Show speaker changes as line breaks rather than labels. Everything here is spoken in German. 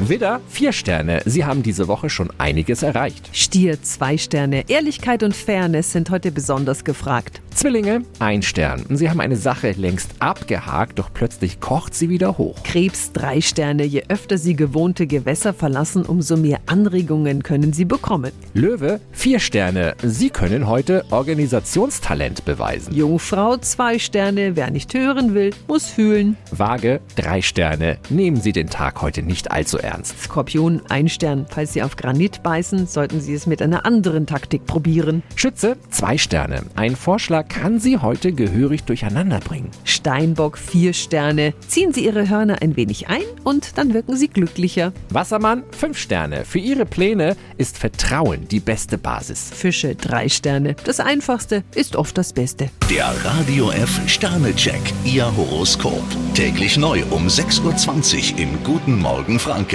Widder, vier Sterne. Sie haben diese Woche schon einiges erreicht.
Stier, zwei Sterne. Ehrlichkeit und Fairness sind heute besonders gefragt.
Zwillinge, ein Stern. Sie haben eine Sache längst abgehakt, doch plötzlich kocht sie wieder hoch.
Krebs, drei Sterne. Je öfter Sie gewohnte Gewässer verlassen, umso mehr Anregungen können Sie bekommen.
Löwe, vier Sterne. Sie können heute Organisationstalent beweisen.
Jungfrau, zwei Sterne. Wer nicht hören will, muss fühlen.
Waage, drei Sterne. Nehmen Sie den Tag heute nicht allzu ernst.
Skorpion, ein Stern. Falls Sie auf Granit beißen, sollten Sie es mit einer anderen Taktik probieren.
Schütze, zwei Sterne. Ein Vorschlag kann Sie heute gehörig durcheinander bringen.
Steinbock, vier Sterne. Ziehen Sie Ihre Hörner ein wenig ein und dann wirken Sie glücklicher.
Wassermann, fünf Sterne. Für Ihre Pläne ist Vertrauen die beste Basis.
Fische, drei Sterne. Das Einfachste ist oft das Beste.
Der Radio F Sternecheck. Ihr Horoskop. Täglich neu um 6.20 Uhr im Guten Morgen Franken.